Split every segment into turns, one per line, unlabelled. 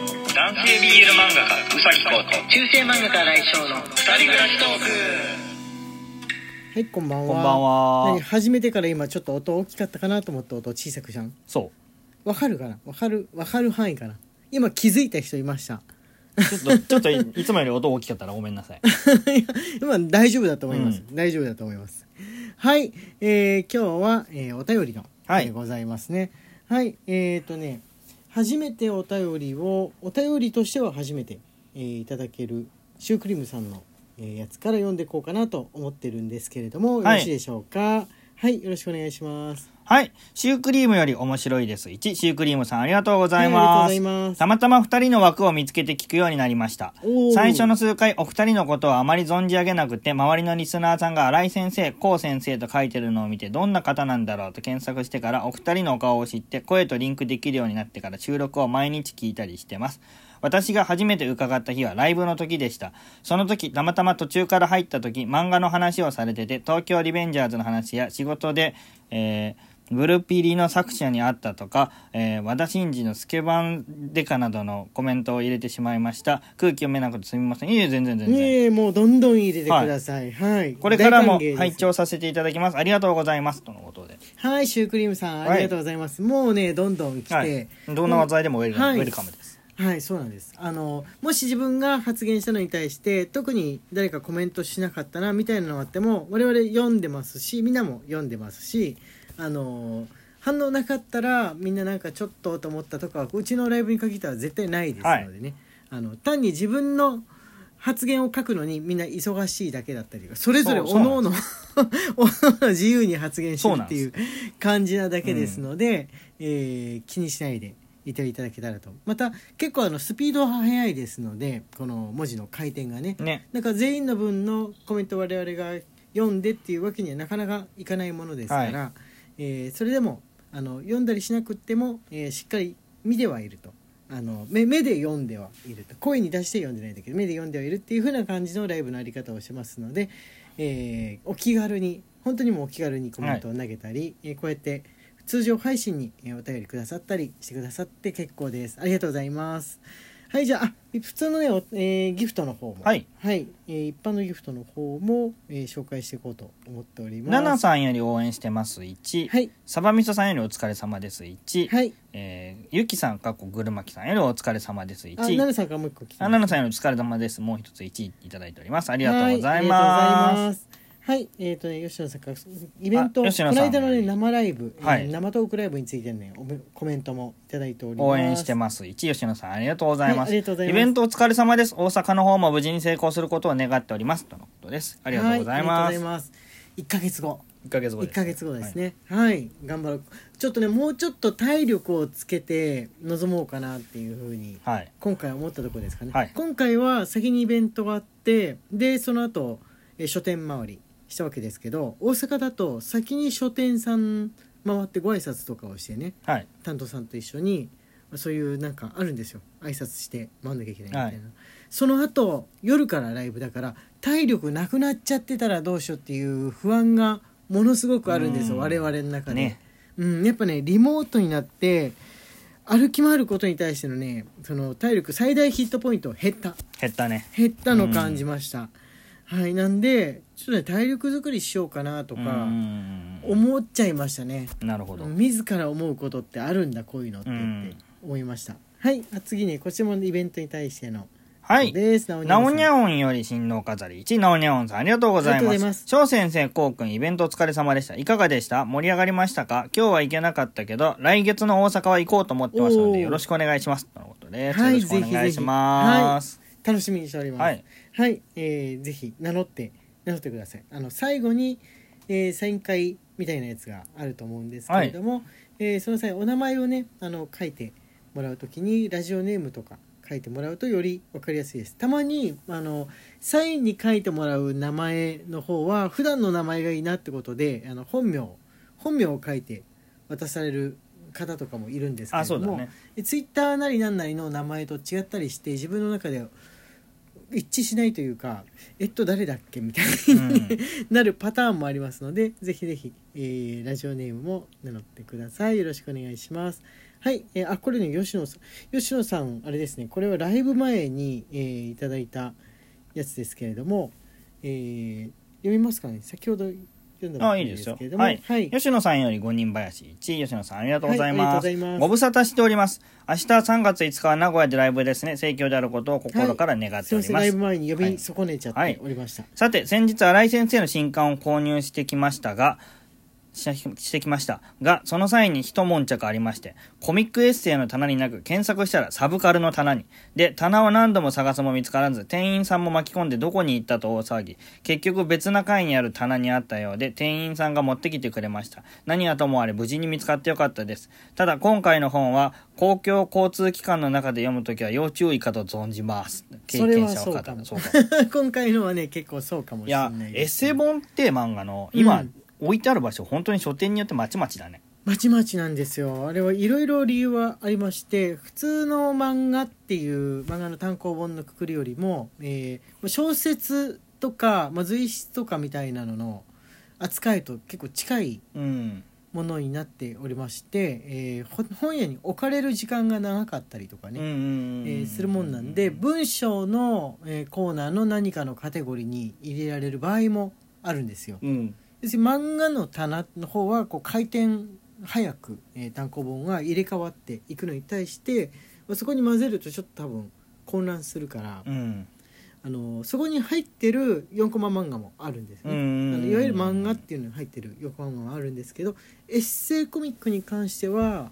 定 BL 漫画家うさぎこと
中世漫画家来翔の
二人暮らしトーク
はい、こんばんは。
こんばんは
何初めてから今ちょっと音大きかったかなと思って音小さくじゃん。
そ
わかるかなわかる、わかる範囲かな今気づいた人いました。
うちょっとちょっといいつもより音大きかったらごめんなさい
今大丈夫だと思います。
う
大丈夫だと思います。はい、えー今日は、えーお便りの、
はい
えーございますね。はい、えっ、とね、初めてお便りを、お便りとしては初めて、えーいただけるシュークリームさんの、えーやつから読んでいこうかなと思ってるんですけれども、よ
はい
ろしいでしょうか。はい、よろしくお願いします。
はいシュークリームより面白いです1シュークリームさんありがとうござい
は
ま
いあり
す
がとうございます
たまたま2人の枠を見つけて聞くようになりました
おー
最初の数回お二人のことをあまり存じ上げなくて周りのリスナーさんが新井先生こう先生と書いてるのを見てどんな方なんだろうと検索してからお二人のお顔を知って声とリンクできるようになってから収録を毎日聞いたりしてます私が初めて伺った日はライブの時でしたその時たまたま途中から入った時漫画の話をされてて東京リベンジャーズの話や仕事で、えーブルピリの作者にあったとか、えー和田真二のスケバンデカなどのコメントを入れてしまいました。空気読めなくてすみません。いえいえ、全然全然。
ねえ、もうどんどん入れてください。はい。
これからも
大歓迎です
拝聴させていただきます。ありがとうございます。とのことで。
はい、シュークリームさん、
はい
ありがとうございます。もうね、どんどん来て、は
はいい、。どんな話題でもウェル,、
はい
ウェルカムです。
そうなんです。あの、もし自分が発言したのに対して、特に誰かコメントしなかったなみたいなのがあっても、我々読んでますし、みんなも読んでますし、あの。反応なかったらみんななんかちょっとと思ったとかはうちのライブに限ったら絶対ないですのでね、あの単に自分の発言を書くのにみんな忙しいだけだったりとかそれぞれ
そう
おのおのおの おの自由に発言してるっていう感じなだけですので、えー気にしないでいていただけたらとまた結構あのスピードが速いですのでこの文字の回転がね
ね。
なんか全員の分のコメントを我々が読んでっていうわけにはなかなかいかないものですから、えーそれでもあの読んだりしなくっても、えーしっかり見てはいるとあの目目で読んではいると声に出して読んでないんだけど目で読んではいるっていう風な感じのライブのあり方をしてますので、えーお気軽に本当にもうお気軽にコメントを投げたり、えーこうやって通常配信にえーお便りくださったりしてくださって結構ですありがとうございますはいじゃああ普通のねお、えーギフトの方も
はい、
えー一般のギフトの方も、えー紹介していこうと思っております
ナナさんより応援してます。1。
はい
サバミソさんよりお疲れ様です。1。
はい
えー、ゆきさん、かっこぐるまきさんよりお疲れ様です。
あナナ
1。
さんからもう一個来てま
あ
す
ナナさんよりお疲れ様です。もう一つ1いただいております。あ
あ
りがとうござい
ありがとうござい
ます。
ます。はい、えっ、とね、吉野さんからイベント、
あ
こ
吉野
の
さん
間のね、生ライブ、えー
はい
生トークライブについてのね、おめコメントもいただいております。
応援してます。一吉野さん、ありがとうござい
はい
ま
あ
す。
りがとうござい
イ
ます
ベントお疲れ様です。大阪の方も無事に成功することを願っております。とのことです。ありがとうござい
はあ
ま
りがとう
す。
ございます。一ヶ月後、
一ヶ月後
一
です。
ヶ月後ですね。はい、頑張ろう。ちょっとね、もうちょっと体力をつけて臨もうかなっていうふうに
はい。はい。
今回思ったところですかね、
はい
今回は先にイベントがあってでその後えー書店回りしたわけですけど大阪だと先に書店さん回ってご挨拶とかをしてね
はい。
担当さんと一緒にそういうなんかあるんですよ挨拶して回んなきゃいけないみたいな、
はい
その後夜からライブだから体力なくなっちゃってたらどうしようっていう不安がものすごくあるんですよ
うん
我々の中で、
ね
うん、やっぱねリモートになって歩き回ることに対してのねその体力最大ヒットポイント減った
減ったね。
減ったの感じました、はいなんでちょっとね体力作りしようかなと
うー
か
ん。
思っちゃいましたね
なるほど。
自ら思うことってあるんだこういうのって
うん
って思いました、はいあ次にこちらもイベントに対しての
はい。
ですなおに
なおに
ゃ
ゃ
ん
おんより新郎飾り1、なおにゃおんさんありがとうござい
ありがとうご
ま
ざいますす。
翔先生、こうくん、イベントお疲れ様でした。いかがでした盛り上がりましたか今日は行けなかったけど、来月の大阪は行こうと思ってますの
おー
で、よろしくお願いします。とのことです。
はい
よろしくお
ぜひ
願
ぜ
い
ひ
します。
楽しみにしております
はい、
はいえーぜひ名乗って名乗ってくださいあの最後に、えー、サイン会みたいなやつがあると思うんですけれども、えーその際お名前をねあの書いてもらうときにラジオネームとか書いてもらうとより分かりやすいですたまにあのサインに書いてもらう名前の方は普段の名前がいいなってことであの本名本名を書いて渡される方とかもいるんですけ
あ、
れ
そ
ど
うだ
も、
ね。
ツイッターなりなんなりの名前と違ったりして自分の中で一致しないというかえっと誰だっけみたいに なるパターンもありますのでぜひぜひ、えーラジオネームも名乗ってくださいよろしくお願いしますはい、えーあこれね吉野さん吉野さんあれですねこれはライブ前に、えーいただいたやつですけれども、えー読みますかね先ほど読んだばっ
あ
か
い
り
いですよ
けれども
はい、
はい、
吉野さんより五人林1位吉野さんありがとうございます,、
はいありがとうございます
ご無沙汰しております明日3月5日は名古屋でライブですね盛況であることを心から願っております、
すいませんライブ前に読
は
み
い
損ねちゃっ
は
て
い
おりました、
さて先日新井先生の新刊を購入してきましたがししてきましたがその際に一悶着ありましてコミックエッセイの棚になく検索したらサブカルの棚にで棚を何度も探すも見つからず店員さんも巻き込んでどこに行ったと大騒ぎ結局別な階にある棚にあったようで店員さんが持ってきてくれました何はともあれ無事に見つかってよかったですただ今回の本は公共交通機関の中で読むときは要注意かと存じます経
それ
験
は
者
そ
の
う
方
かも
そうか
今回のはね結構そうかも
い
しれな
や
いです、ね、、
エッセイ本って漫画の今、
うん
置いてある場所本当に書店によってまちまちだね
まちまちなんですよあれはいろいろ理由はありまして普通の漫画っていう漫画の単行本のくくりよりも、えー小説とか、まあ、随筆とかみたいなのの扱いと結構近い
うん
ものになっておりまして、えーほ本屋に置かれる時間が長かったりとか
うん
ね、
うんうん
えーするもんなんで文章の、えーコーナーの何かのカテゴリーに入れられる場合もあるんですよ。
うん
要するに漫画の棚の方はこう回転早く、えー単行本が入れ替わっていくのに対してまあそこに混ぜるとちょっと多分混乱するから、
うん
あのそこに入ってる4コマ漫画もあるんです
う
ね、
ん
あのいわゆる漫画っていうのに入ってる4コマ漫画もあるんですけどエッセイコミックに関しては、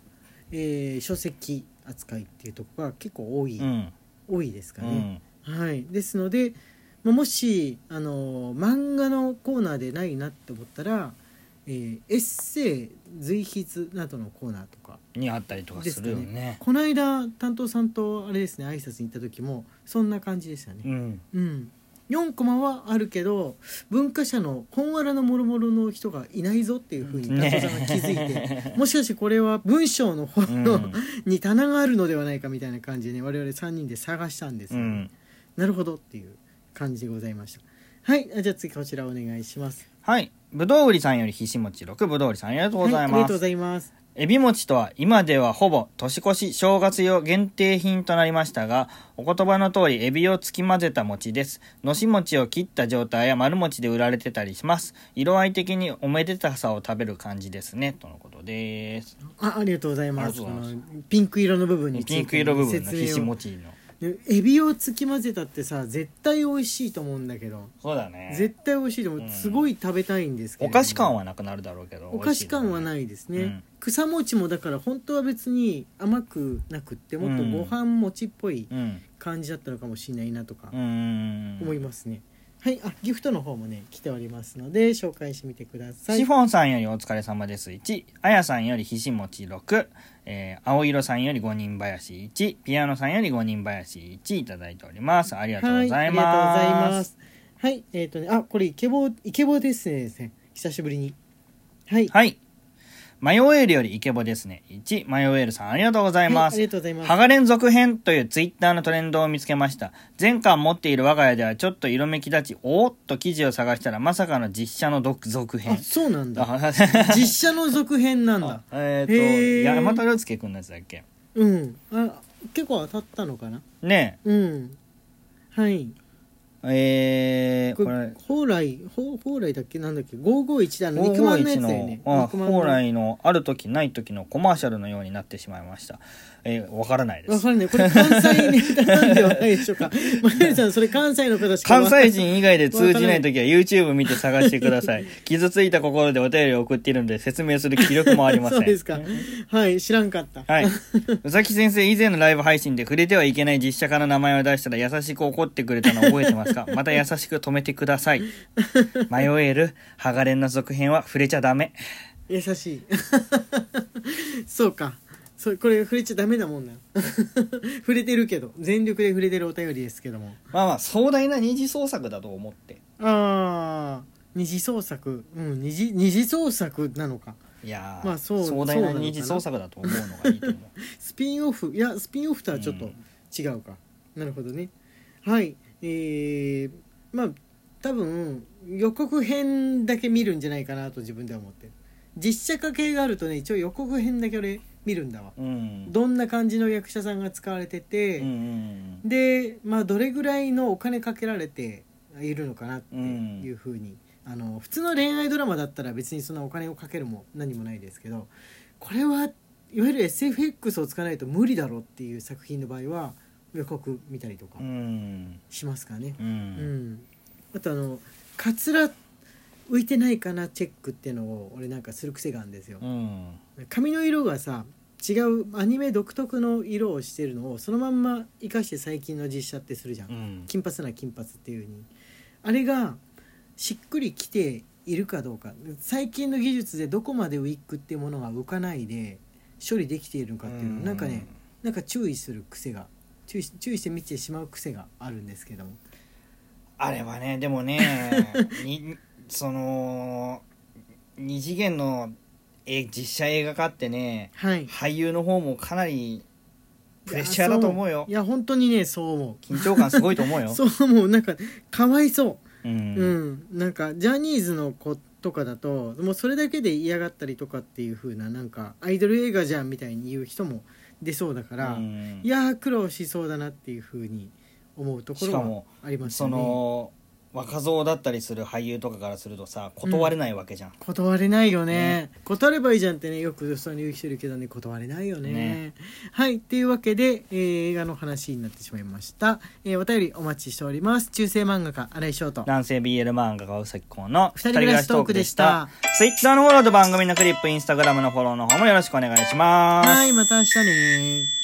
えー書籍扱いっていうところが結構多い、
うん
多いですか
う
ね。
ん
はい、ですので、まあもしあの漫画のコーナーでないなって思ったら、えーエッセイ随筆などのコーナーとか
にあったりとかするよね
この間担当さんとあれですね挨拶に行った時もそんな感じでした
う
ね。
ん
うん4コマはあるけど文化者の本わらのもろもろの人がいないぞっていうふうに担当さんが気づいて、
ね
もしかしてこれは文章の
う
本
ん
の、に棚があるのではないかみたいな感じでね我々3人で探したんです
う
よね
ん
なるほどっていう感じでございました。はい、あじゃあ次こちらお願いします。
はいぶどう売りさんよりひしもち6ぶどう売りさんありがとうござい
はいありが
ま
とうご
す
ざいます。
エビ餅とは今ではほぼ年越し正月用限定品となりましたがお言葉の通りエビをつき混ぜた餅ですのし餅を切った状態や丸餅で売られてたりします色合い的におめでたさを食べる感じですねとのことです
あ、ありがとうございます。
ありがとうござい
このピンク色の部分について
ピンク色部分の
説
ひし
明を
餅の
ねエビをつき混ぜたってさ、絶対美味しいと思うんだけど、
そうだね
絶対美味しいと思
う
う。
ん
すごい食べたいんですけ
お
ど、
菓子感はなくなるだろうけど
お菓子感はいないですね、
うん
草餅もだから本当は別に甘くなくってもっと
うん
ご飯餅っぽい
うん
感じだったのかもしれないなとか
うんうん
思いますね、はいあギフトの方もね来ておりますので紹介してみてください
シフォンさんよりお疲れ様です1あやさんよりひしもち6、えー、青色さんより五人林1ピアノさんより五人林1いただいておりますありがとうございます、
はい、ありがとうございます。はい、えっ、とね、あ、これイケボ、イケボですね。久しぶりに。はい。
はいマヨエールよりイケボですね1マヨエールさんありがとうござい
は
ま
あ
す、
りがとうございます。
ハガレン続編というツイッターのトレンドを見つけました。前巻持っている我が家ではちょっと色めき立ち、おーっと記事を探したらまさかの実写の続続
あ、
編。
そうなんだ。
あ
実写の続編なんだ。
え
へ
ー
ー
と、山田涼介くんのやつだっけ
うん。あ、結構当たったのかな。
ね
うん。はい。
え、えー、
こ
こ
れ
れ、
蓬莱、ほ蓬莱だっけなんだっけ、五五一だの肉まんのや
551
つだよね。
のあ
肉まんの
蓬莱のある時ない時のコマーシャルのようになってしまいました。えー、わからないで
わ
す
か。んない。これ関西ネタなんではないでしょう か。まゆりさん、それ関西の方しか
関
わかんない。
西人以外で通じない時は YouTube 見て探してください。傷ついた心でお便りを送っているので説明する気力もありません。
そうですか。はい、知らんかった。
はい。宇崎先生、以前のライブ配信で触れてはいけない実写化の名前を出したら優しく怒ってくれたの覚え てますかまた優しく止めてください。迷える、ハガレンの続編は触れちゃダメ。
優しい そうかそうこれ触れちゃダメだもんな 触れてるけど全力で触れてるお便りですけども
まあまあ、壮大な二次創作だと思って。
あー二次創作うん二次二次創作なのか
いやー、
まあそう
壮大な
そうなのかな
二次創作だと思うのがいいと思う。
スピンオフいやスピンオフとはちょっと
うん
違うか、なるほどねはいえー、まあ多分予告編だけ見るんじゃないかなと自分では思ってる実写化系があるとね一応予告編だけ俺見るんだわ、
うん
どんな感じの役者さんが使われてて、
うんうん
で、まあ、どれぐらいのお金かけられているのかなっていうふうに、あの普通の恋愛ドラマだったら別にそんなお金をかけるも何もないですけどこれはいわゆる SFX を使わないと無理だろうっていう作品の場合は予告見たりとか
うん
しますかね。
う
うん
ん
あとあのカツラ浮いてないかなチェックっていうのを俺なんかする癖があるんですよ。
うん
髪の色がさ違うアニメ独特の色をしてるのをそのまんま生かして最近の実写ってするじゃん、
うん
金髪なら金髪っていう風にあれがしっくりきているかどうか最近の技術でどこまでウィッグっていうものが浮かないで処理できているのかっていうのをなんかねなんか注意する癖が注意し注意して見てしまう癖があるんですけども
あれはねで もねにその二次元のえ実写映画化ってね
はい
俳優の方もかなりプレッシャーだと思うよ
いや本当にねそう思
緊張感すごいと思う
う
よ
そう思うなんかかわいそう
うん
うん、なんかジャニーズの子とかだともうそれだけで嫌がったりとかっていう風ななんかアイドル映画じゃんみたいに言う人も出そうだから、
うん
いやー苦労しそうだなっていう風に思うとこ
しか
ろ
も
はあります
そ
よね。
の若造だったりする俳優とかからするとさ断れないわけじゃん、
断れないよね断ればいいじゃんってねよくそうに言う人いるけどね断れないよね
ね
はいっていうわけで、えー映画の話になってしまいました、えーお便りお待ちしております中世漫画家新井翔と
男性 BL 漫画がうさきこうの
二人暮らしトークでした
ツイッターのフォローと番組のクリップインスタグラムのフォローの方もよろしくお願いします
はいまた明日ね